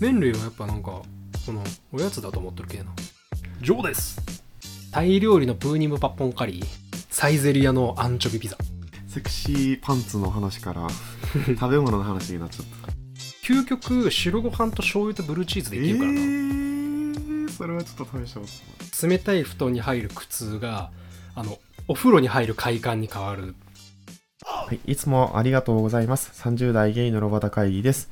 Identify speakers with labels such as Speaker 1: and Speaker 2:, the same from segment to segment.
Speaker 1: 麺類はやっぱなんかこのおやつだと思ってるけどな
Speaker 2: ジョーです
Speaker 1: タイ料理のプーニムパッポンカリーサイゼリアのアンチョビピザ
Speaker 3: セクシーパンツの話から 食べ物の話になっちゃった
Speaker 1: 究極白ご飯と醤油とブルーチーズでいけるからな、
Speaker 3: ー、それはちょっと試したことな
Speaker 1: 冷
Speaker 3: い
Speaker 1: たい布団に入る苦痛があのお風呂に入る快感に変わる
Speaker 3: はい、いつもありがとうございます。30代ゲイのロバタ会議です。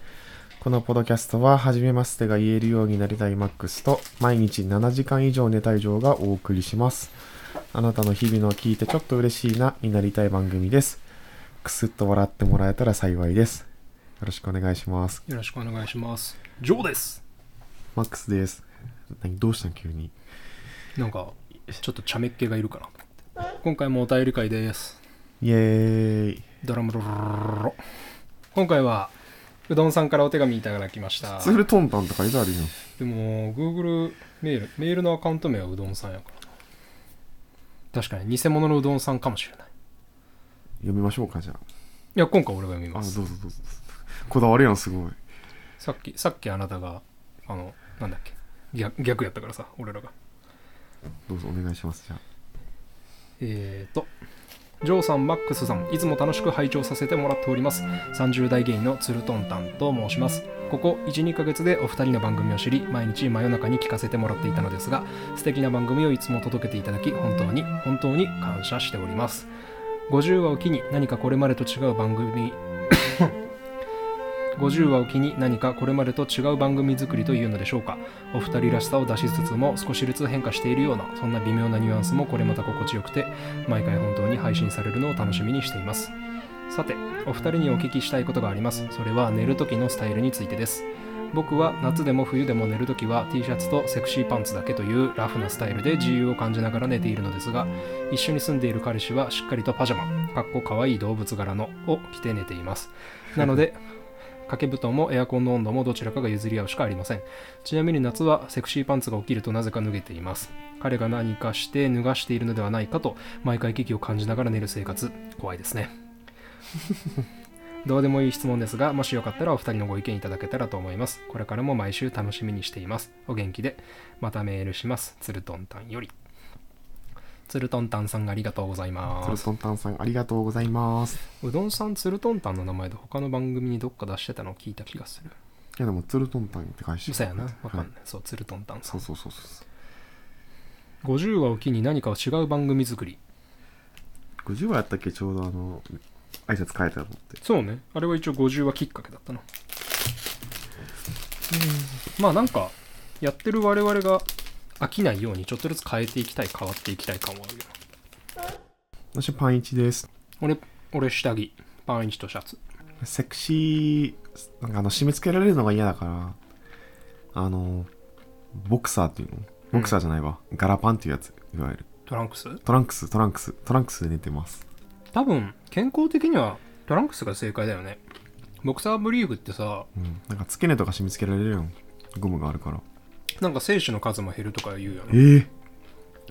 Speaker 3: このポドキャストは、はじめましてが言えるようになりたいマックスと、毎日7時間以上寝たいジョーがお送りします。あなたの日々の聞いてちょっと嬉しいな、になりたい番組です。くすっと笑ってもらえたら幸いです。よろしくお願いします。
Speaker 1: よろしくお願いします
Speaker 2: ジョーです
Speaker 3: マックスです。何どうしたん急に。
Speaker 1: なんかちょっと茶目っ気がいるかな今回もお便り会です
Speaker 3: イエーイ。
Speaker 1: ドラムロロロロロ今回はうどんさんからお手紙いただきました
Speaker 3: ツールトンタンとかいざあるじゃん。
Speaker 1: でも Google メールメールのアカウント名はうどんさんやからな確かに偽物のうどんさんかもしれない
Speaker 3: 読みましょうか、じゃあ。
Speaker 1: いや今回俺が読み
Speaker 3: あ、ど
Speaker 1: ま
Speaker 3: う
Speaker 1: す
Speaker 3: ぞどうぞどうぞ。こだわるやん、すごい。
Speaker 1: さっきさっきあなたがあのなんだっけ逆逆やったからさ俺らが
Speaker 3: どうぞお願いします、じゃあ。
Speaker 1: えーと、ジョーさん、マックスさん、いつも楽しく拝聴させてもらっております。30代芸人のツルトンタンと申します。ここ1、2ヶ月でお二人の番組を知り、毎日真夜中に聞かせてもらっていたのですが、素敵な番組をいつも届けていただき、本当に、本当に感謝しております。50話を機に何かこれまでと違う番組 50話を機に何かこれまでと違う番組作りというのでしょうかお二人らしさを出しつつも少しずつ変化しているようなそんな微妙なニュアンスもこれまた心地よくて毎回本当に配信されるのを楽しみにしていますさてお二人にお聞きしたいことがありますそれは寝る時のスタイルについてです僕は夏でも冬でも寝る時は T シャツとセクシーパンツだけというラフなスタイルで自由を感じながら寝ているのですが一緒に住んでいる彼氏はしっかりとパジャマかっこかわいい動物柄のを着て寝てい ますなので掛け布団もエアコンの温度もどちらかが譲り合うしかありませんちなみに夏はセクシーパンツが起きるとなぜか脱げています彼が何かして脱がしているのではないかと毎回危機を感じながら寝る生活怖いです ねどうでもいい質問ですがもしよかったらお二人のご意見いただけたらと思いますこれからも毎週楽しみにしていますお元気でまたメールしますつるとんたんよりつるとんたんさんありがとうござい
Speaker 3: ツ
Speaker 1: ま
Speaker 3: ル
Speaker 1: す
Speaker 3: トンタンさんありがとうございます。
Speaker 1: うどんさんつるとんたんの名前で他の番組にどっか出してたのを聞いた気がする
Speaker 3: いやでもツルトンタンって返して
Speaker 1: 嘘やなわかんない、
Speaker 3: はい
Speaker 1: そうつるとんたんさ
Speaker 3: そ
Speaker 1: ん
Speaker 3: うそうそうそ
Speaker 1: 50話を機に何かを違う番組作り
Speaker 3: う50話やったっけちょうどあの挨拶変えたのって
Speaker 1: そうねあれは一応50話きっかけだったなまあなんかやってる我々が飽きないようにちょっとずつ変えていきたい変わっていきたい感はあるよな
Speaker 3: 私パンイチです
Speaker 1: 俺俺下着パンイチとシャツ
Speaker 3: セクシーなんかあの締め付けられるのが嫌だからあのボクサーっていうのボクサーじゃないわ、ガラパンっていうやついわゆる
Speaker 1: トランクス
Speaker 3: トランクストランクストランクスで寝てます
Speaker 1: 多分健康的にはトランクスが正解だよねボクサーブリーフってさ
Speaker 3: うんなんか付け根とか締め付けられるやんゴムがあるから
Speaker 1: なんか精子の数も減るとか言うよ
Speaker 3: ええ
Speaker 1: ね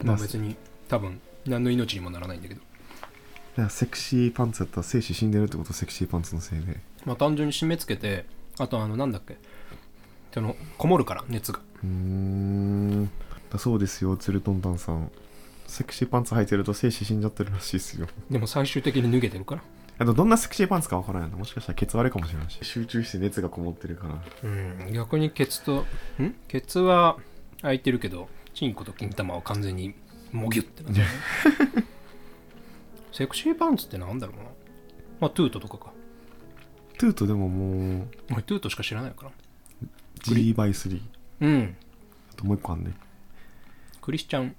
Speaker 1: まあ
Speaker 3: だ
Speaker 1: 別に多分何の命にもならないんだけど
Speaker 3: からセクシーパンツだったら精子死んでるってことセクシーパンツのせいで
Speaker 1: まあ単純に締め付けてあとあのなんだっけそのこもるから熱が
Speaker 3: うーんだそうですよツルトンタンさんセクシーパンツ履いてると精子死んじゃってるらしいですよ
Speaker 1: でも最終的に脱げてるから
Speaker 3: あとどんなセクシーパンツかわからないのもしかしたらケツ割れかもしれないし集中して熱がこもってるから
Speaker 1: うん逆にケツとんケツは空いてるけどチンコと金玉は完全にもぎゅってなってる セクシーパンツってなんだろうなまあトゥートとかか
Speaker 3: トゥートでももう
Speaker 1: 俺トゥートしか知らないから
Speaker 3: G バイ3
Speaker 1: うん
Speaker 3: あともう一個あんね
Speaker 1: クリスチャン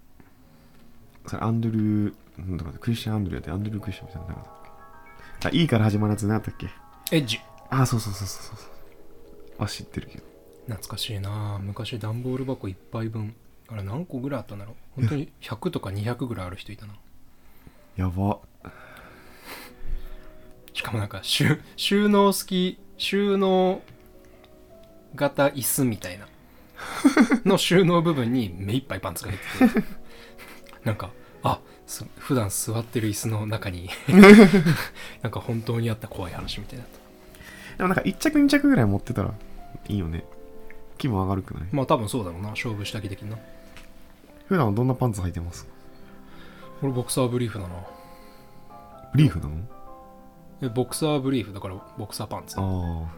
Speaker 3: それアンドルーなんだかクリスチャン・アンドルーやってアンドルー・クリスチャンみたいなのなかったっけあいいから始まらず何だったっけ
Speaker 1: エッジ
Speaker 3: あそうそうそうそうそうは知ってるけど
Speaker 1: 懐かしいなあ昔段ボール箱1杯分あれ何個ぐらいあったんだろう本当に100とか200ぐらいある人いたな
Speaker 3: やば
Speaker 1: しかもなんか収収納式収納型椅子みたいなの収納部分に目いっぱいパンツが入っててなんかあす普段座ってる椅子の中になんか本当にあった怖い話みたいだった
Speaker 3: でもなんか1着2着ぐらい持ってたらいいよね気も上がるくない
Speaker 1: まあ多分そうだろうな勝負下着的にな
Speaker 3: 普段はどんなパンツ履いてます
Speaker 1: 俺ボクサーブリーフだな
Speaker 3: ブリーフなの
Speaker 1: えボクサーブリーフだからボクサーパンツ
Speaker 3: ああ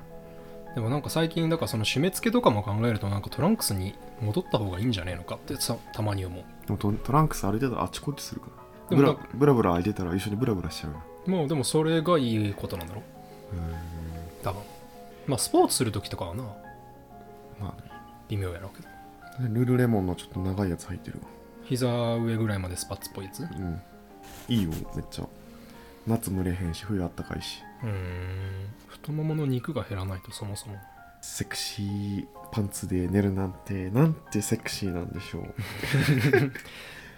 Speaker 1: でもなんか最近だからその締め付けとかも考えるとなんかトランクスに戻った方がいいんじゃねえのかってさたまに思う
Speaker 3: でもトトランクス歩いてたらあっちこっちするか
Speaker 1: で
Speaker 3: らブ
Speaker 1: もなん
Speaker 3: ラ
Speaker 1: か
Speaker 3: ブラブラ開いてたら一緒にブラブラしちゃうよ
Speaker 1: もうでもそれがいいことなんだろ多分まあスポーツする時とかはな
Speaker 3: ま
Speaker 1: 微妙やろうけど
Speaker 3: あねルルレモンのちょっと長いやつ入ってるわ
Speaker 1: 膝上ぐらいまでスパッツっぽいやつう
Speaker 3: うんいいよめっちゃ夏蒸れへんし冬あったかいし
Speaker 1: ーん太ももの肉が減らないとそもそも
Speaker 3: セクシーパンツで寝るなんてなんてセクシーなんでしょう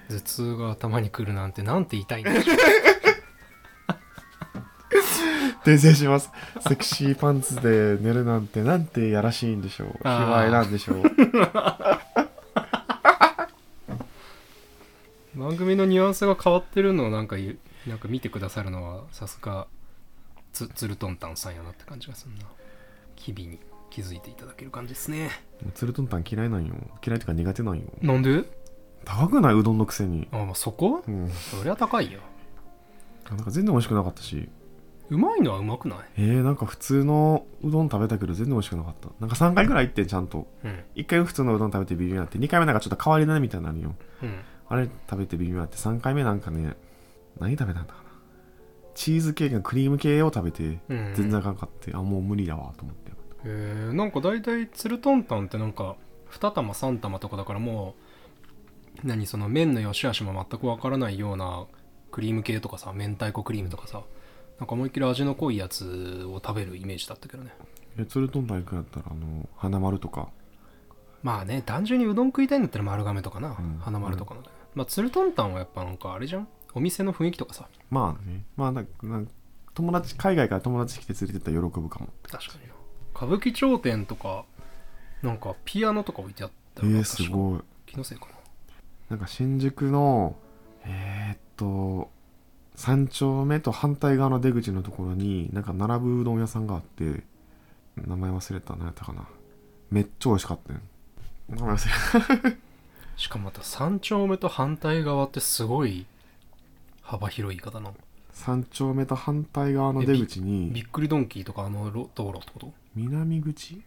Speaker 1: 頭痛が頭に来るなんてなんて痛いん でしょう
Speaker 3: 訂正しますセクシーパンツで寝るなんてなんてやらしいんでしょう卑
Speaker 1: あー
Speaker 3: 猥なんでしょう
Speaker 1: 番組のニュアンスが変わってるのをなんか言うなんか見てくださるのはさすがつつるとんたんさんやなって感じがするな機微に気づいていただける感じですね
Speaker 3: ツルトンタン嫌いなんよ嫌いとか苦手なんよ
Speaker 1: なんで
Speaker 3: 高くないうどんのくせに
Speaker 1: あ、まあ、そこ
Speaker 3: うん
Speaker 1: そりゃ高いよ
Speaker 3: なんか全然美味しくなかったし
Speaker 1: うまいのはうまくない
Speaker 3: えー、なんか普通のうどん食べたけど全然美味しくなかったなんか3回ぐらい行ってんちゃんと
Speaker 1: うん
Speaker 3: 1回目普通のうどん食べて微妙になって2回目なんかちょっと変わりないみたいになるよ
Speaker 1: うん
Speaker 3: あれ食べて微妙になって3回目なんかね何食べたんだかなチーズケーキのクリーム系を食べて
Speaker 1: うん
Speaker 3: 全然あかんかって、あもう無理やわと思って
Speaker 1: えー、なんか大体つるとんたんってなんか2玉3玉とかだからもう何その麺の良し悪しも全くわからないようなクリーム系とかさ明太子クリームとかさなんか思いっきり味の濃いやつを食べるイメージだったけどね
Speaker 3: えツルトンタン行くんやったらあの花丸とか
Speaker 1: まあね単純にうどん食いたいんだったら丸亀とかな、
Speaker 3: ん
Speaker 1: 花丸とかの、ねまあつるとんたんはやっぱなんかあれじゃんお店の雰囲気とかさ
Speaker 3: まあねまあなんかなんか友達海外から友達来て連れてったら喜ぶかも
Speaker 1: 確かにな歌舞伎町店とかなんかピアノとか置いてあった
Speaker 3: え
Speaker 1: よな
Speaker 3: ー、す
Speaker 1: 確か
Speaker 3: ごい
Speaker 1: 気のせいかな
Speaker 3: なんか新宿のえー、っと3丁目と反対側の出口のところになんか並ぶうどん屋さんがあって名前忘れた何やったかなめっちゃ美味しかったよ名前忘れた
Speaker 1: しかもまた三丁目と反対側ってすごい幅広い言い方なの
Speaker 3: 3丁目と反対側の出口
Speaker 1: び
Speaker 3: に
Speaker 1: っくりドンキーとかあのろ道路ってこと
Speaker 3: 南口や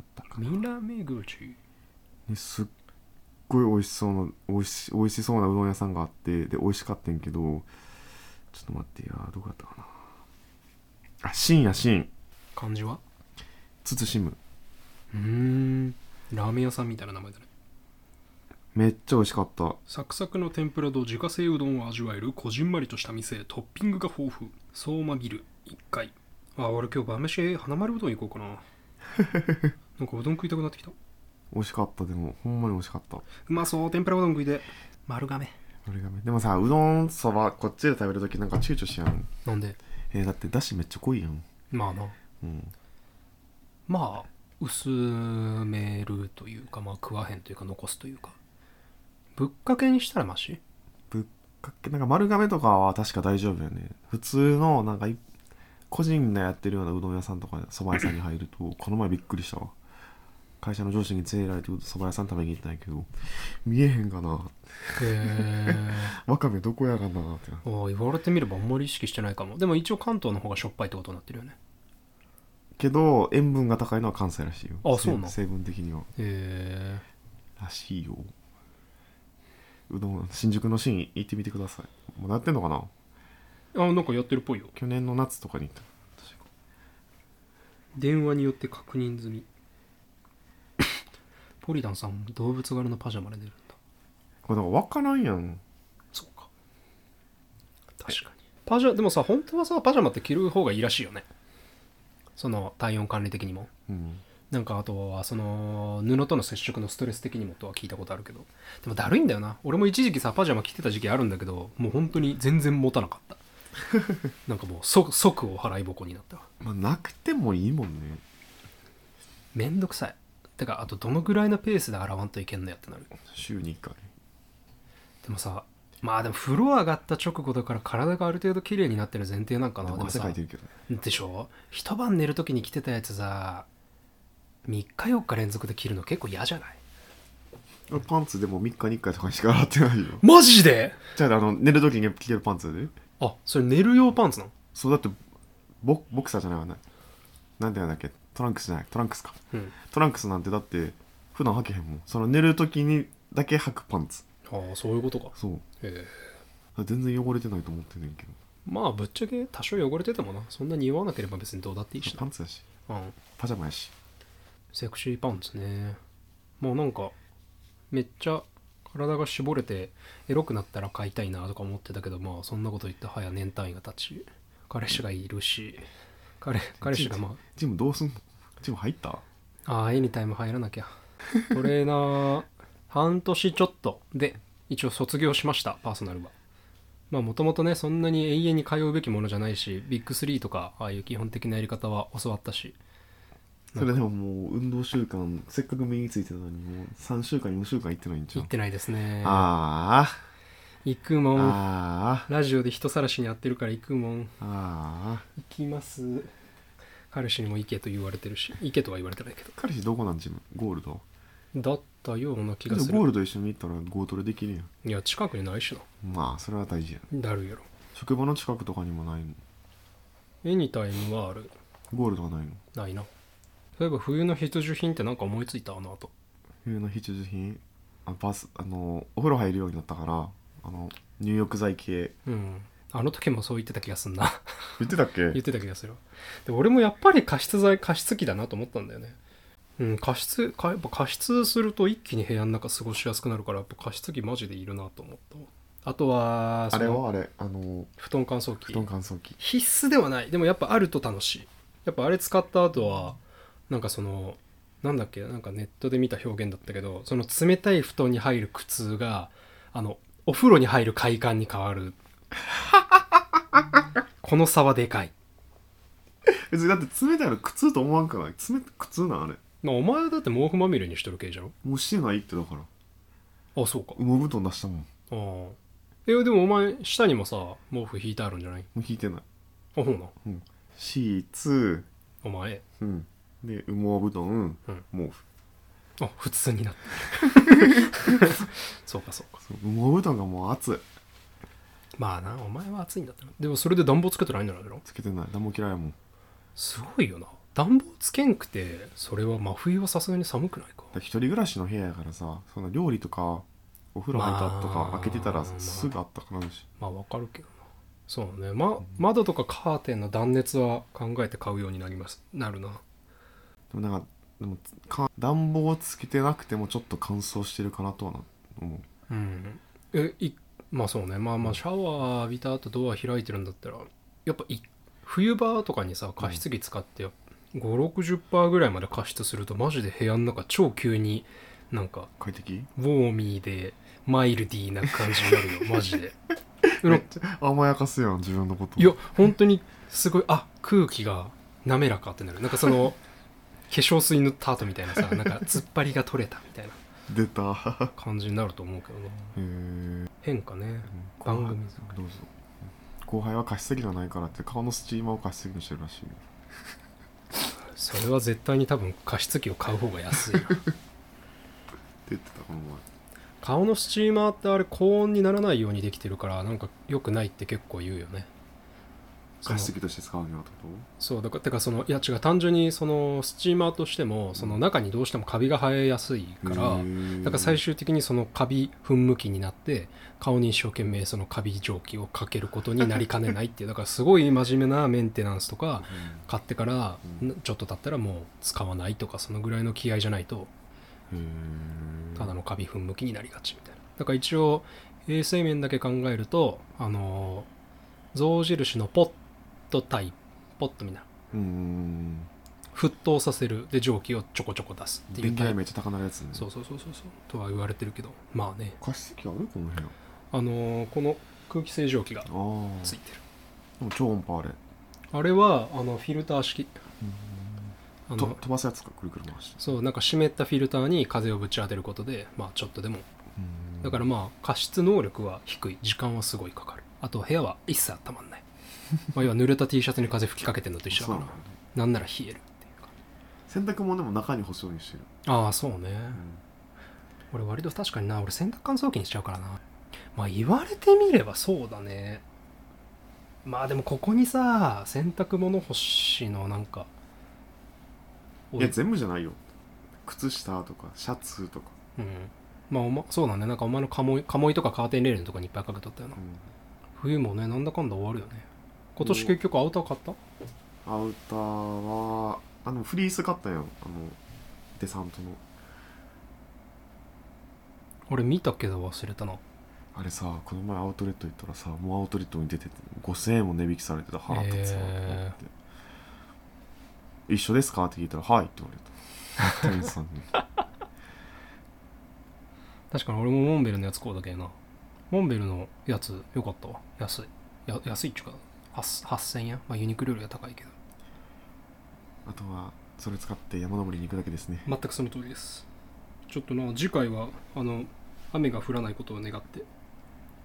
Speaker 3: ったかな、
Speaker 1: 南口
Speaker 3: ねすっごい美味しそうな美味し美味しそうなうどん屋さんがあってで美味しかったんけどちょっと待ってやどこやったかなあ深夜深
Speaker 1: 漢字は
Speaker 3: 慎む
Speaker 1: うーんラーメン屋さんみたいな名前だね
Speaker 3: めっちゃ美味しかった
Speaker 1: サクサクの天ぷらと自家製うどんを味わえるこじんまりとした店トッピングが豊富相馬ビル1階あ俺今日晩飯花丸うどん行こうか ななんかうどん食いたくなってきたう
Speaker 3: 美味しかったでもほんまに美味しかった
Speaker 1: まそう天ぷらうどん食いて丸亀
Speaker 3: 丸亀でもさうどんそばこっちで食べるときなんか躊躇しやん
Speaker 1: なんで
Speaker 3: えーだってだしめっちゃ濃いやん
Speaker 1: まあな
Speaker 3: うん
Speaker 1: まあ薄めるというかまあ食わへんというか残すというかぶっかけにしたらマシ
Speaker 3: ぶっかけなんか丸亀とかは確か大丈夫やね普通のなんかい個人がやってるようなうどん屋さんとかそば屋さんに入るとこの前びっくりしたわ会社の上司に連れられてそば屋さん食べに行ったんやけど見えへんかな
Speaker 1: へえ
Speaker 3: わかめどこやかなってな
Speaker 1: 言われてみれ ばあんまり意識してないかもでも一応関東の方がしょっぱいってことになってるよね
Speaker 3: けど塩分が高いのは関西らしいよ
Speaker 1: あそうなん
Speaker 3: 成分的には
Speaker 1: へ
Speaker 3: らしいようどん新宿のシーン行ってみてくださいもうなってんのかな
Speaker 1: えあなんかやってるっぽいよ
Speaker 3: 去年の夏とかに行った確か
Speaker 1: 電話によって確認済みポリダンさん動物柄のパジャマで出るんだ
Speaker 3: これなんか分からんやん
Speaker 1: そうか確かにパジャでもさ本当はさパジャマって着る方がいいらしいよねその体温管理的にも
Speaker 3: うん
Speaker 1: なんかあとはその布との接触のストレス的にもとは聞いたことあるけどでもだるいんだよな俺も一時期さパジャマ着てた時期あるんだけどもう本当に全然持たなか ったなんかもう即即お払いぼこになったわ
Speaker 3: まあなくてもいいもんね
Speaker 1: めんどくさいてかあとどのぐらいのペースで洗わんといけんのやってなる
Speaker 3: 週に1回
Speaker 1: でもさまあでも風呂上がった直後だから体がある程度綺麗になってる前提なんか
Speaker 3: で
Speaker 1: な
Speaker 3: も
Speaker 1: でも
Speaker 3: 汗
Speaker 1: さ
Speaker 3: かいてるけどね
Speaker 1: でしょ一晩寝る時に着てたやつさ3日4日連続で着るの結構嫌じゃない
Speaker 3: 俺パンツでも3日に1回とかしか洗ってないよ
Speaker 1: マジで
Speaker 3: じゃああの寝る時に着てるパンツで、ね、
Speaker 1: あそれ寝る用パンツなの
Speaker 3: そうだってボボクサーじゃないわななんてなんだっけトランクスじゃないトランクスか
Speaker 1: うん
Speaker 3: トランクスなんてだって普段履けへんもんその寝る時にだけ履くパンツ
Speaker 1: ああそういうことか
Speaker 3: そう
Speaker 1: ええ
Speaker 3: 全然汚れてないと思ってんねんけど
Speaker 1: まあぶっちゃけ多少汚れててもなそんなに言わなければ別にどうだっていいし
Speaker 3: パ
Speaker 1: な、
Speaker 3: ンツやし
Speaker 1: うん、
Speaker 3: パジャマやし
Speaker 1: セクシーパンツねもうなんかめっちゃ体が絞れてエロくなったら買いたいなとか思ってたけどまあそんなこと言って早年単位が経ち彼氏がいるし彼彼氏がま
Speaker 3: ジムどうすんのジム入った
Speaker 1: あああエニタイム入らなきゃトレーナー 半年ちょっとで一応卒業しましたパーソナルはまあもともとねそんなに永遠に通うべきものじゃないしビッグ3とかああいう基本的なやり方は教わったし
Speaker 3: それでももう運動習慣せっかく身についてたのにもう3週間4週間行ってないんちゃ
Speaker 1: 行
Speaker 3: う
Speaker 1: ってないですね
Speaker 3: あ
Speaker 1: 行く
Speaker 3: ー
Speaker 1: もん
Speaker 3: あー
Speaker 1: ラジオで人さらしにやってるから行くもん
Speaker 3: あー
Speaker 1: 行きます彼氏にも行けと言われてるし行けとは言われてないけ
Speaker 3: 彼氏どこなんジムゴールド
Speaker 1: どだったような気
Speaker 3: で
Speaker 1: が
Speaker 3: も
Speaker 1: す
Speaker 3: ゴー
Speaker 1: る
Speaker 3: ルド一緒に行ったらゴートレできるやん
Speaker 1: いや近くにないしな
Speaker 3: まあそれは大事やん
Speaker 1: だるいやろ
Speaker 3: 職場の近くとかにもないの
Speaker 1: エニタイムはある
Speaker 3: ゴールドはないの
Speaker 1: ないなそういえば冬の必需品ってなんか思いついたあの後
Speaker 3: 冬の必需品あバスあのお風呂入るようになったからあの入浴剤系
Speaker 1: うんあの時もそう言ってた気がすん な
Speaker 3: 言ってたっ
Speaker 1: 言っ
Speaker 3: け
Speaker 1: てた気がするで俺もやっぱり加湿剤加湿器だなと思ったんだよねうん加湿かやっぱ加湿すると一気に部屋の中過ごしやすくなるからやっぱ加湿器マジでいるなと思ったわあとは
Speaker 3: あ
Speaker 1: そ
Speaker 3: れ
Speaker 1: の
Speaker 3: はあれあの
Speaker 1: 布団乾燥機
Speaker 3: 布団乾燥機
Speaker 1: 必須ではないでもやっぱあると楽しいやっぱあれ使った後はなんかそのなんだっけなんかネットで見た表現だったけどその冷たい布団に入る苦痛があのお風呂に入る快感に変わ るこの差はでかい
Speaker 3: 別にだって冷たいの苦痛と思わんくない冷た苦痛なんあれ
Speaker 1: まあお前はだって毛布まみれにしてる系じゃん
Speaker 3: もうしてないってだから
Speaker 1: あそうか
Speaker 3: 羽毛布団出したもん
Speaker 1: あ
Speaker 3: も
Speaker 1: あえでもお前下にもさ毛布引いてあるんじゃないう
Speaker 3: 引いてない
Speaker 1: あほうな
Speaker 3: シーツ
Speaker 1: お前
Speaker 3: うんで羽毛布団、
Speaker 1: うん
Speaker 3: 毛布
Speaker 1: あ普通になった そうかそうか
Speaker 3: そう羽毛布団がもう熱い
Speaker 1: まあなお前は暑いんだったらでもそれで暖房つけてないんじゃないの
Speaker 3: つけてない何も嫌いやもん
Speaker 1: すごいよな暖房つけんくてそれは真冬はさすがに寒くないか
Speaker 3: だから一人暮らしの部屋やからさそんな料理とかお風呂入ったと
Speaker 1: ま
Speaker 3: か
Speaker 1: あ
Speaker 3: 開けてたらすぐあったかなるし、
Speaker 1: まあわかるけどなそうね、ま、窓とかカーテンの断熱は考えて買うようになりますなるな
Speaker 3: でもなんかでもか暖房つけてなくてもちょっと乾燥してるかなとはな思う
Speaker 1: うんえいまあそうねまあまあシャワー浴びた後ドア開いてるんだったらやっぱい冬場とかにさ加湿器使って560%ぐらいまで加湿するとマジで部屋の中超急になんか
Speaker 3: 快適
Speaker 1: ウォーミーでマイルディーな感じになるよマ ジでう
Speaker 3: め
Speaker 1: ら
Speaker 3: っちゃ甘やかすやん自分のこと
Speaker 1: いや本当にすごいあ空気が滑らかってなるなんかその化粧水塗った後みたい なさなんか突っ張りが取れたみたいな
Speaker 3: 出た へ
Speaker 1: 感じになると思うけどな
Speaker 3: え
Speaker 1: 変化ね
Speaker 3: 後輩
Speaker 1: 番組
Speaker 3: どうぞ後輩は貸しすぎがないからって顔のスチーマーを貸しすぎにしてるらしいよ
Speaker 1: それは絶対に多分加湿器を買う方が安いな
Speaker 3: って言ってたこの前
Speaker 1: 顔のスチーマーってあれ高温にならないようにできてるからなんか良くないって結構言うよねその
Speaker 3: 貸しすぎとして使うにはってこ
Speaker 1: そうだからてかそのいや違う単純にそのスチーマーとしてもその中にどうしてもカビが生えやすい
Speaker 3: と
Speaker 1: から、だから最終的にそのカビ噴霧器になって顔に一生懸命そのカビ蒸気をかけることになりかねないっていうだからすごい真面目なメンテナンスとか買ってから
Speaker 3: うん
Speaker 1: なちょっと経ったらもう使わないとかそのぐらいの気合じゃないとただ
Speaker 3: の
Speaker 1: のカビ噴霧器になりがちみたいなだから一応衛生面だけ考えるとあのー象印のポットタイプポットみたいな
Speaker 3: うん
Speaker 1: 沸騰させるで蒸気をちょこちょこ出すっていう
Speaker 3: 電気
Speaker 1: タイ
Speaker 3: 代
Speaker 1: プ
Speaker 3: めっちゃ高なるやつね
Speaker 1: そうそうそうそうそうとは言われてるけどまあね
Speaker 3: 貸しすぎあるこの部屋
Speaker 1: あのーこの空気清浄機が
Speaker 3: ああ
Speaker 1: ついてる
Speaker 3: でも超音波あれ
Speaker 1: あれはあのフィルター式あ
Speaker 3: と
Speaker 1: の
Speaker 3: 飛ばすやつかくるくる回して
Speaker 1: そうなんか湿ったフィルターに風をぶち当てることでまあちょっとでもだからまあ加湿能力は低い時間はすごいかかるあと部屋は一切温まんないまあ要は濡れた T シャツに風吹きかけてるのと一緒だ
Speaker 3: そう
Speaker 1: から
Speaker 3: なんだ
Speaker 1: なんなら冷えるっていうか
Speaker 3: 洗濯物でも中に干すようにしてる、
Speaker 1: ああそうね
Speaker 3: うん
Speaker 1: 俺割と確かにな俺洗濯乾燥機にしちゃうからなまあ言われてみればそうだねまあでもここにさ洗濯物干しのなんか
Speaker 3: いや全部じゃないよ靴下とかシャツとか、
Speaker 1: うんまあおまそうだねなんかお前のカモイカモイとかカーテンレールのとこにいっぱいかけとったよな
Speaker 3: うん
Speaker 1: 冬もねなんだかんだ終わるよね今年結局アウター買った
Speaker 3: アウターはあのフリース買ったんやんあのデサントの
Speaker 1: 俺見たけど忘れたな
Speaker 3: あれさこの前アウトレット行ったらさもうアウトレットに出てて5000円も値引きされてた腹立つわと思って
Speaker 1: へ、
Speaker 3: 一緒ですかって聞いたら「はい」って言われた店員さんに
Speaker 1: 確かに俺もモンベルのやつこうだけどなモンベルのやつよかったわ安いや安いっちゅうかはっ8000円まあユニクロよりは高いけど
Speaker 3: あとはそれ使って山登りに行くだけですね
Speaker 1: 全くその通りですちょっとな次回はあの雨が降らないことを願って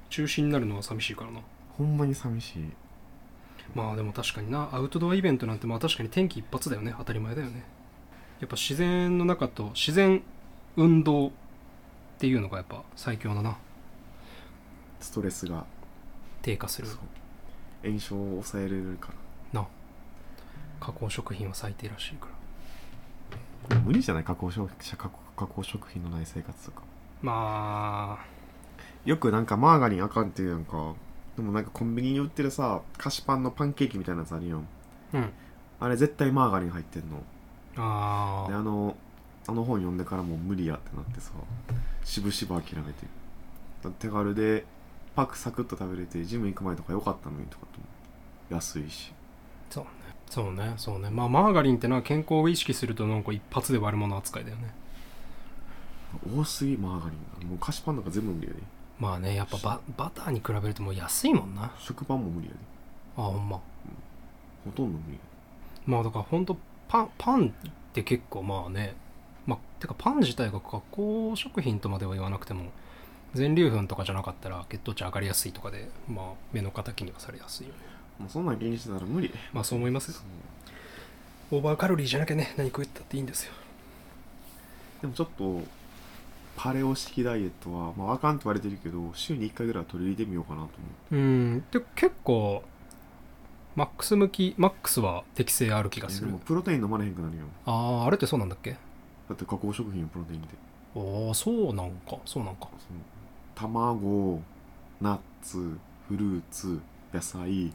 Speaker 1: 中止になるのは寂しいからな
Speaker 3: ほんまに寂しい
Speaker 1: まあでも確かになアウトドアイベントなんてまあ確かに天気一発だよね当たり前だよねやっぱ自然の中と自然運動っていうのがやっぱ最強だな
Speaker 3: ストレスが
Speaker 1: 低下する
Speaker 3: そう炎症を抑えれるか
Speaker 1: な加工食品は最低らしいから
Speaker 3: ら無理じゃない加工食加工加工食品のない生活とか
Speaker 1: まあ
Speaker 3: よくなんかマーガリンあかんっていうやんかでもなんかコンビニに売ってるさ菓子パンのパンケーキみたいなやつあるよ
Speaker 1: うん
Speaker 3: あれ絶対マーガリン入ってんの
Speaker 1: あ
Speaker 3: で
Speaker 1: あ
Speaker 3: あのあの本読んでからもう無理やってなってさ渋々諦めてだ手軽でパクサクッと食べれてジム行く前とか良かったのにとかと思って安いし
Speaker 1: そうねそうねそうねまあマーガリンってのは健康を意識するとなんか一発で悪者扱いだよね
Speaker 3: 多すぎマーガリンがもう菓子パンなんか全部無理やで
Speaker 1: まあねやっぱババターに比べるともう安いもんなあ
Speaker 3: 食パンも無理やで
Speaker 1: ほんま
Speaker 3: ほとんど無理や
Speaker 1: まあだから本当パンパンって結構まあねまあてかパン自体が加工食品とまでは言わなくても全粒粉とかじゃなかったら血糖値上がりやすいとかでまあ目の敵にはされやすいよね
Speaker 3: でもうそんなん気にしてたら無理
Speaker 1: まあそう思いますよオーバーカロリーじゃなきゃね何食ったっていいんですよ
Speaker 3: でもちょっとパレオ式ダイエットは、まあ、あかんって言われてるけど週に1回ぐらいは取り入れてみようかなと思
Speaker 1: うんで結構マックス向きマックスは適性ある気が
Speaker 3: う
Speaker 1: す
Speaker 3: で
Speaker 1: る
Speaker 3: もプロテイン飲まれへんくなるよ
Speaker 1: あああれってそうなんだっけ
Speaker 3: だって加工食品をプロテインで
Speaker 1: ああそうなんかそうなんか
Speaker 3: その卵ナッツフルーツ野菜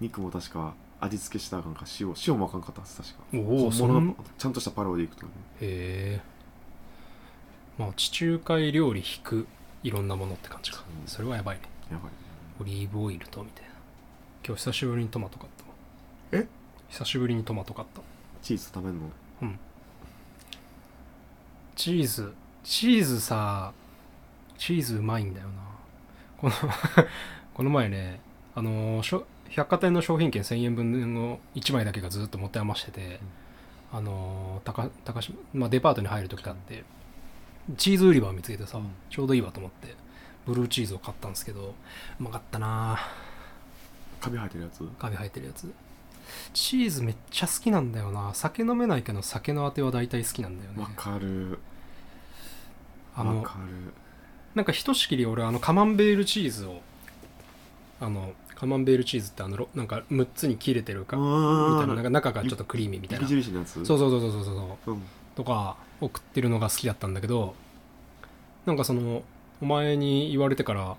Speaker 3: 肉も確か味付けしたらあかんか塩塩もあかんかったはず確か
Speaker 1: おおそ
Speaker 3: 本
Speaker 1: の
Speaker 3: 物
Speaker 1: へ
Speaker 3: のちゃんとしたパロディいくとね
Speaker 1: えまあ地中海料理引くいろんなものって感じか
Speaker 3: うん
Speaker 1: それはやばいね
Speaker 3: やばい
Speaker 1: オリーブオイルとみたいな今日久しぶりにトマト買ったわ
Speaker 3: え
Speaker 1: 久しぶりにトマト買った
Speaker 3: チーズ食べんの
Speaker 1: チーズチーズさチーズうまいんだよなこの この前ねあのーしょ百貨店の商品券1000円分の1枚だけがずっと持て余してて、あのー高高島、まあ、デパートに入る時があって、チーズ売り場を見つけてさ、
Speaker 3: うん
Speaker 1: ちょうどいいわと思ってブルーチーズを買ったんですけどうまかったな
Speaker 3: カビ生えてるやつ
Speaker 1: カビ生えてるやつチーズめっちゃ好きなんだよな酒飲めないけど酒のあては大体好きなんだよね
Speaker 3: わかる
Speaker 1: あ
Speaker 3: わ
Speaker 1: の
Speaker 3: かる
Speaker 1: なんかひとしきり俺あのカマンベールチーズをあのカマンベールチーズってあのろなんか6つに切れてるかみたいななん
Speaker 3: あ
Speaker 1: か中がちょっとクリーミーみたい
Speaker 3: 雪
Speaker 1: なそう
Speaker 3: 印のやつ
Speaker 1: そう
Speaker 3: う、
Speaker 1: そうそうそうそう
Speaker 3: うん、
Speaker 1: とか送ってるのが好きだったんだけどなんかそのお前に言われてから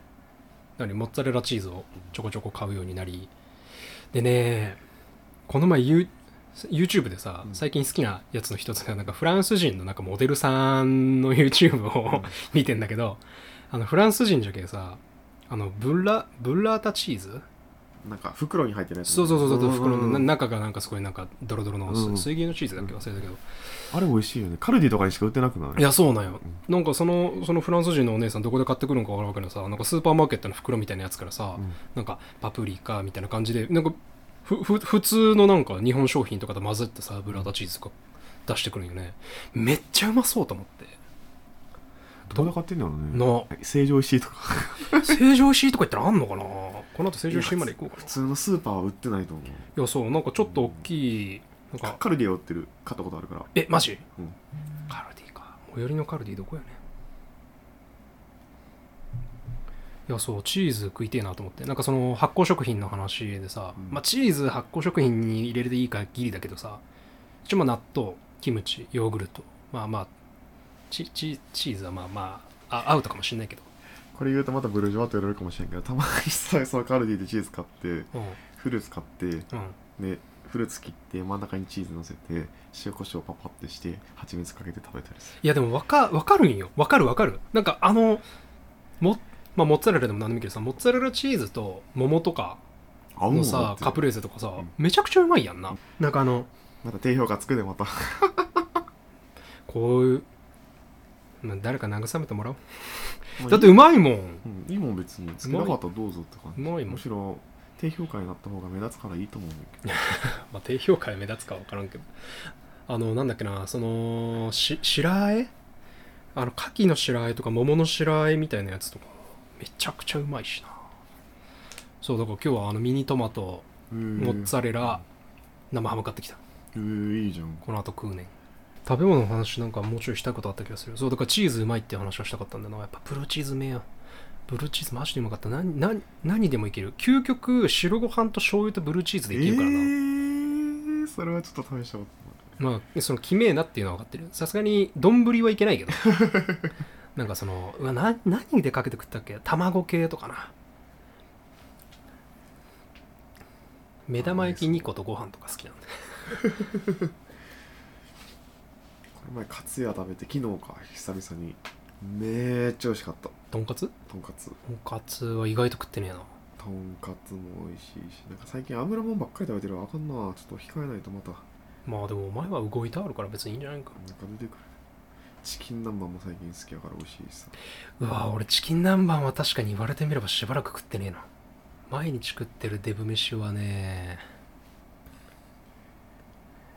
Speaker 1: 何モッツァレラチーズをちょこちょこ買うようになりでねこの前 You- YouTube でさ
Speaker 3: うん
Speaker 1: 最近好きなやつの一つがなんかフランス人のなんかモデルさんの YouTube を 見てんだけどあのフランス人じゃけさあのブラブラータチーズ
Speaker 3: なんか袋に入ってるやつ
Speaker 1: そうそうそうそう袋のな
Speaker 3: な
Speaker 1: 中がなんかすごいなんかドロドロの
Speaker 3: うん
Speaker 1: 水牛のチーズだっけ忘れたけど
Speaker 3: あれ美味しいよねカルディとかにしか売ってなくない
Speaker 1: いやそうなんよ
Speaker 3: う
Speaker 1: なんかそのそのフランス人のお姉さんどこで買ってくるのか分からんけどさなんかスーパーマーケットの袋みたいなやつからさ、
Speaker 3: うん
Speaker 1: なんかパプリカみたいな感じでなんかふふ普通のなんか日本商品とかと混ぜてさブラータチーズとか出してくるんよねめっちゃうまそうと思って
Speaker 3: どうやって買ってんだろうね
Speaker 1: な
Speaker 3: 成城石井とか
Speaker 1: 成城石井とか言ったらあんのかなこの後成城石井まで行こうか
Speaker 3: 普通のスーパーは売ってないと思う
Speaker 1: いやそうなんかちょっと大きいなん
Speaker 3: カ
Speaker 1: か
Speaker 3: カルディを売ってる買ったことあるから
Speaker 1: えマジ、
Speaker 3: うん
Speaker 1: カルディか最寄りのカルディどこやねいやそうチーズ食いてえなと思ってなんかその発酵食品の話でさ、
Speaker 3: うん
Speaker 1: まあ、チーズ発酵食品に入れるでいいかギリだけどさ一応まあ納豆キムチヨーグルトまあまあチチチーズはまあまああアウトかもしれないけど、
Speaker 3: これ言うとまたブルジョワと言われるかもしれんけどたまにさそのカルディでチーズ買って
Speaker 1: うん
Speaker 3: フルーツ買って
Speaker 1: うん、
Speaker 3: でフルーツ切って真ん中にチーズ乗せて塩コショウパパってして蜂蜜かけて食べたりする
Speaker 1: いやでもわかわかるんよわかるわかるなんかあのも、まあ、モッツァレラでも何でもいいけどさモッツァレラチーズと桃とか
Speaker 3: あ
Speaker 1: のさカプ
Speaker 3: レ
Speaker 1: レーゼとかさ、
Speaker 3: うん
Speaker 1: めちゃくちゃうまいやんな、なんかあの
Speaker 3: また低評価つくでまた
Speaker 1: こういう、まあ、誰か慰めてもらおう だ
Speaker 3: だ
Speaker 1: ってうまいもん
Speaker 3: うん、いいもん別につけなかったらどうぞって感じ
Speaker 1: うまいもん
Speaker 3: むしろ低評価になった方が目立つからいいと思うんだけど
Speaker 1: まあ、低評価で目立つか分からんけどあのなんだっけなそのし白あえあの牡蠣の白あえとか桃の白あえみたいなやつとかめちゃくちゃうまいしなそうだから今日はあのミニトマトモッツァレラ生ハム買ってきた
Speaker 3: えー、いいじゃん
Speaker 1: この後食うねん食べ物の話なんかもうちょいしたいことあった気がするそうだからチーズうまいっていう話はしたかったんだなやっぱブルーチーズうめえやブルーチーズマジでうまかった何何何でもいける究極白ご飯と醤油とブルーチーズでいけるからな、
Speaker 3: えー、それはちょっと試したこと
Speaker 1: まあそのきめえなっていうのは分かってるさすがに丼はいけないけどなんかそのうわな何でかけて食ったっけ卵系とかな目玉焼き2個とご飯とか好きなんだ
Speaker 3: ないこの前カツヤ食べて昨日か久々にめっちゃ美味しかった
Speaker 1: とんかつ
Speaker 3: とんかつ
Speaker 1: とんかつは意外と食ってねえな
Speaker 3: とんかつも美味しいしなんか最近油もんばっかり食べてるわあかんなちょっと控えないとまた
Speaker 1: まあでもお前は動いてあるから別にいいんじゃないか
Speaker 3: なんか出てくるチキン南蛮も最近好きやから美味しいしさ
Speaker 1: うわ俺チキン南蛮は確かに言われてみればしばらく食ってねえな毎日食ってるデブ飯はね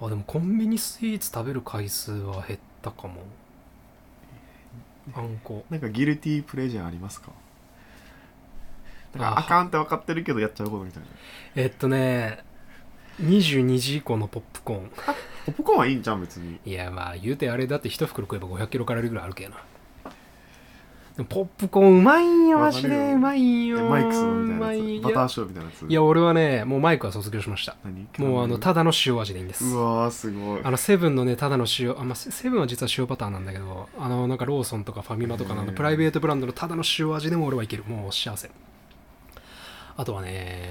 Speaker 1: あでもコンビニスイーツ食べる回数は減ったかもあんこ
Speaker 3: なんかギルティープレジャーありますかなん
Speaker 1: あ
Speaker 3: かあかんって分かってるけどやっちゃうことみたいな
Speaker 1: えっとね22時以降のポップコーン
Speaker 3: ポップコーンはいいんじゃん別に
Speaker 1: いやまあ言うてあれだって一袋食えば500キロカロリーぐらいあるけやなでもポップコーンうまいんよマジ
Speaker 3: わかる
Speaker 1: で
Speaker 3: よ
Speaker 1: うまいんよ
Speaker 3: でマイクスのみたい
Speaker 1: うま
Speaker 3: なやつバ
Speaker 1: いん
Speaker 3: タ
Speaker 1: よ
Speaker 3: ーショーみたいなやつ
Speaker 1: いや俺はねもうマイクは卒業しました
Speaker 3: 何
Speaker 1: もうあのただの塩味でいいんです
Speaker 3: うわーすごい
Speaker 1: あのセブンのねただの塩あ、まあ、セセブンは実は塩バターなんだけどあのなんかローソンとかファミマとかのあの
Speaker 3: へー
Speaker 1: プライベートブランドのただの塩味でも俺はいけるもう幸せあとはね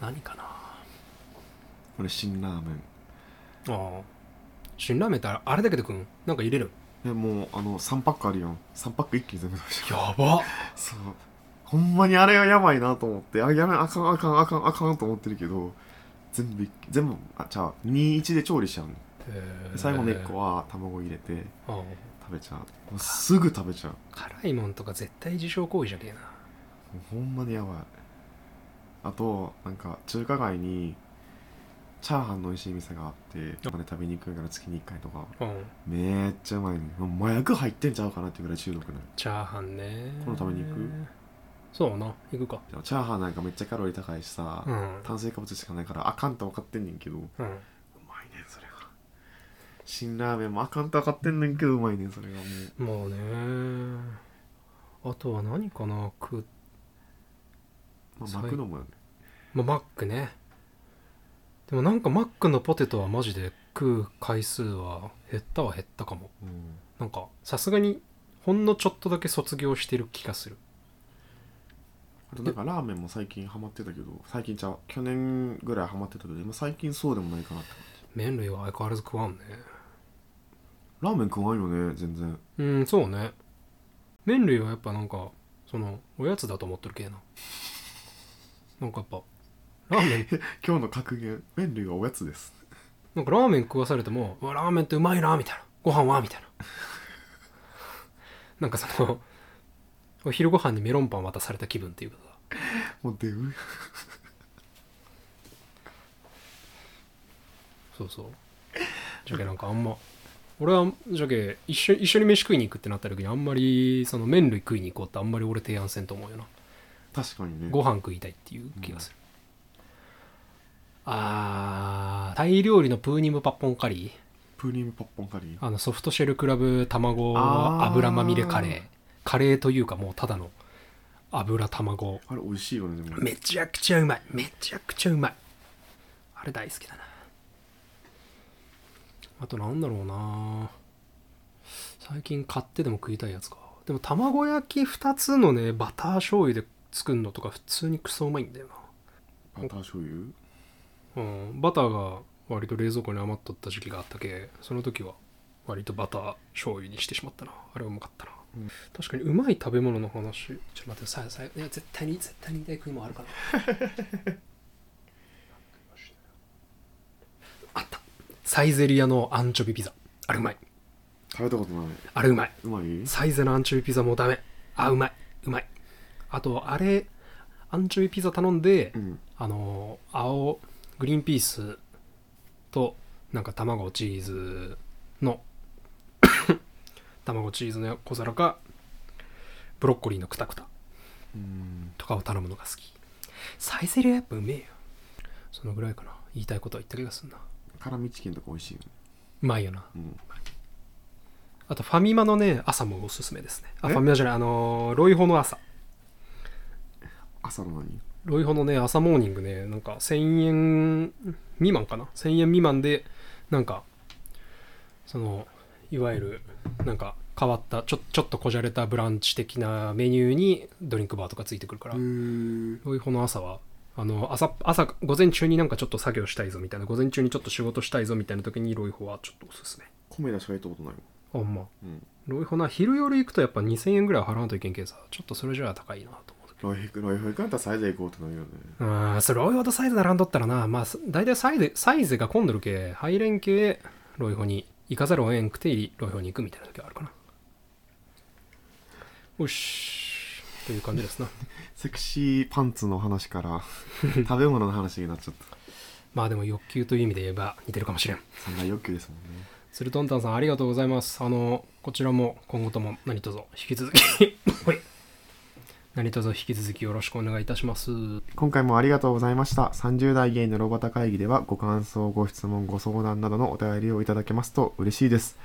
Speaker 1: 何かな
Speaker 3: これ辛ラーメン
Speaker 1: ああ辛ラーメンってあれだけで食うんなんか入れる
Speaker 3: でもうあの3パックあるやん3パック一気に全部食べちゃう
Speaker 1: やば
Speaker 3: そうほんまにあれはやばいなと思ってあやめあかんあかんあかんあかんと思ってるけど全部一気全部あちゃう21で調理しちゃうので最後の1個は卵入れて
Speaker 1: ああ
Speaker 3: 食べちゃうもうすぐ食べちゃう
Speaker 1: 辛いもんとか絶対自傷行為じゃねえな
Speaker 3: もうほんまにやばいあとなんか中華街にチャーハンの美味しい店があってまで食べに行くから月に1回とか
Speaker 1: うん
Speaker 3: めっちゃうまいねもう麻薬入ってんちゃうかなっていうぐらい中毒なの
Speaker 1: チャーハンね
Speaker 3: 今度食べに行く
Speaker 1: そうな行くか
Speaker 3: でもチャーハンなんかめっちゃカロリー高いしさ、
Speaker 1: うん
Speaker 3: 炭水化物しかないからあかんと分かってんねんけどう
Speaker 1: うん
Speaker 3: まいねんそれが辛ラーメンもあかんと分かってんねんけどうまいねんそれがもう
Speaker 1: もうねあとは何かな食う、
Speaker 3: ま
Speaker 1: 最
Speaker 3: あ、巻くのもやね
Speaker 1: まあ、マックねでもなんかマックのポテトはマジで食う回数は減ったは減ったかも
Speaker 3: うん
Speaker 1: なんかさすがにほんのちょっとだけ卒業してる気がする
Speaker 3: あとなんかラーメンも最近ハマってたけど最近ちゃう去年ぐらいハマってたけど今最近そうでもないかなって
Speaker 1: 麺類は相変わらず食わんね
Speaker 3: ラーメン食わんよね全然
Speaker 1: うんそうね麺類はやっぱなんかそのおやつだと思ってる系ななんかやっぱラーメン
Speaker 3: 今日の格言麺類はおやつです
Speaker 1: なんかラーメン食わされても「うわラーメンってうまいな」みたいな「ご飯は?」みたいな なんかそのお昼ご飯にメロンパン渡された気分っていうかさ
Speaker 3: もうデブ
Speaker 1: そうそうじゃけなんかあんま俺はじゃけ一緒一緒に飯食いに行くってなった時にあんまりその麺類食いに行こうってあんまり俺提案せんと思うよな
Speaker 3: 確かにね
Speaker 1: ご飯食いたいっていう気がする、あータイ料理のプーニムパッポンカリ
Speaker 3: プーリムポッポンカリー
Speaker 1: ーあのソフトシェルクラブ卵
Speaker 3: あー
Speaker 1: 油まみれカレーカレーというかもうただの油卵
Speaker 3: あれ美味しいよねでも
Speaker 1: めちゃくちゃうまいめちゃくちゃうまいあれ大好きだなあとなんだろうな最近買ってでも食いたいやつかでも卵焼き2つのねバター醤油で作るのとか普通にクソうまいんだよ
Speaker 3: バター醤油
Speaker 1: なうんバターが割と冷蔵庫に余っとった時期があったけその時は割とバター醤油にしてしまったなあれはうまかったな、
Speaker 3: うん
Speaker 1: 確かにうまい食べ物の話ちょっと待ってささいや絶対に絶対に言いたい食いもんあるかな あったサイゼリアのアンチョビピザあれうまい
Speaker 3: 食べたことない
Speaker 1: あれうまいう
Speaker 3: まい
Speaker 1: サイゼのアンチョビピザもダメあうまいうまいあとあれアンチョビピザ頼んで、
Speaker 3: うん
Speaker 1: あの青グリーンピースとなんか卵チーズの 卵チーズの小皿かブロッコリーのクタクタ
Speaker 3: うん
Speaker 1: とかを頼むのが好きサイゼリアやっぱうめえよそのぐらいかな言いたいことは言った気がするな
Speaker 3: 辛味チキンとか美味しいよね
Speaker 1: うまいよな
Speaker 3: うん
Speaker 1: あとファミマのね朝もおすすめですねあ
Speaker 3: え
Speaker 1: ファミマじゃないあのーロイホの朝
Speaker 3: 朝の何
Speaker 1: ロイホのね朝モーニングねなんか1000円未満かな1000円未満でなんかそのいわゆるなんか変わったちょちょっとこじゃれたブランチ的なメニューにドリンクバーとかついてくるから、
Speaker 3: うん
Speaker 1: ロイホの朝はあの朝朝午前中になんかちょっと作業したいぞみたいな午前中にちょっと仕事したいぞみたいな時にロイホはちょっとおすすめ
Speaker 3: コメダしか行ったことない
Speaker 1: あんま
Speaker 3: もん
Speaker 1: ロイホな昼夜行くとやっぱ2000円ぐらい払わんといけんけんさちょっとそれじゃあ高いなと思う
Speaker 3: ロイフロイフ行かんたらサイゼ行こうってなるよね
Speaker 1: ああ、それロイホとサイズ並んどったらな、まあ、す大体サイズ、サイズが混んどるけ、ハイレン系、ロイホに行かざるをえんくて、ロイホに行くみたいな時はあるかな。よし、という感じですな。
Speaker 3: セクシーパンツの話から 食べ物の話になっちゃった
Speaker 1: まあでも欲求という意味で言えば似てるかもしれん。
Speaker 3: 三大欲求ですもんね
Speaker 1: スルトンタンさんありがとうございます。あの、こちらも今後とも何卒引き続き、はい。何卒引き続きよろしくお願いいたします。
Speaker 3: 今回もありがとうございました30代ゲイのロバタ会議ではご感想ご質問ご相談などのお便りをいただけますと嬉しいです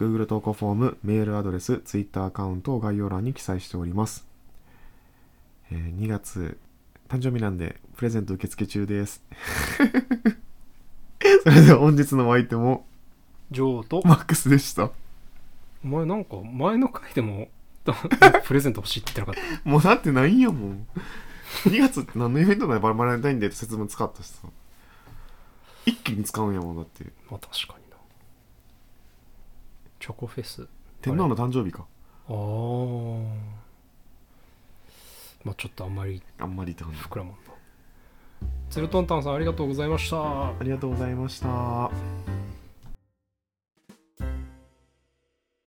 Speaker 3: Google 投稿フォームメールアドレス Twitter アカウントを概要欄に記載しております、えー2月誕生日なんでプレゼント受付中です それでは本日のお相手も
Speaker 1: ジョーと、
Speaker 3: マックスでした
Speaker 1: お前なんか前の回でも、 プレゼント欲しいって言ってなかった。
Speaker 3: もうだってないんやもん。2月って何のイベントないバラバレンいんでって説明使ったしさ。一気に使うんやもんだって。
Speaker 1: まあ確かになチョコフェスあ
Speaker 3: 天皇の誕生日か。
Speaker 1: あーまあちょっとあんまり
Speaker 3: あんまりって感じ。
Speaker 1: 膨らまんなツルトンタンさんありがとうございました
Speaker 3: ありがとうございました。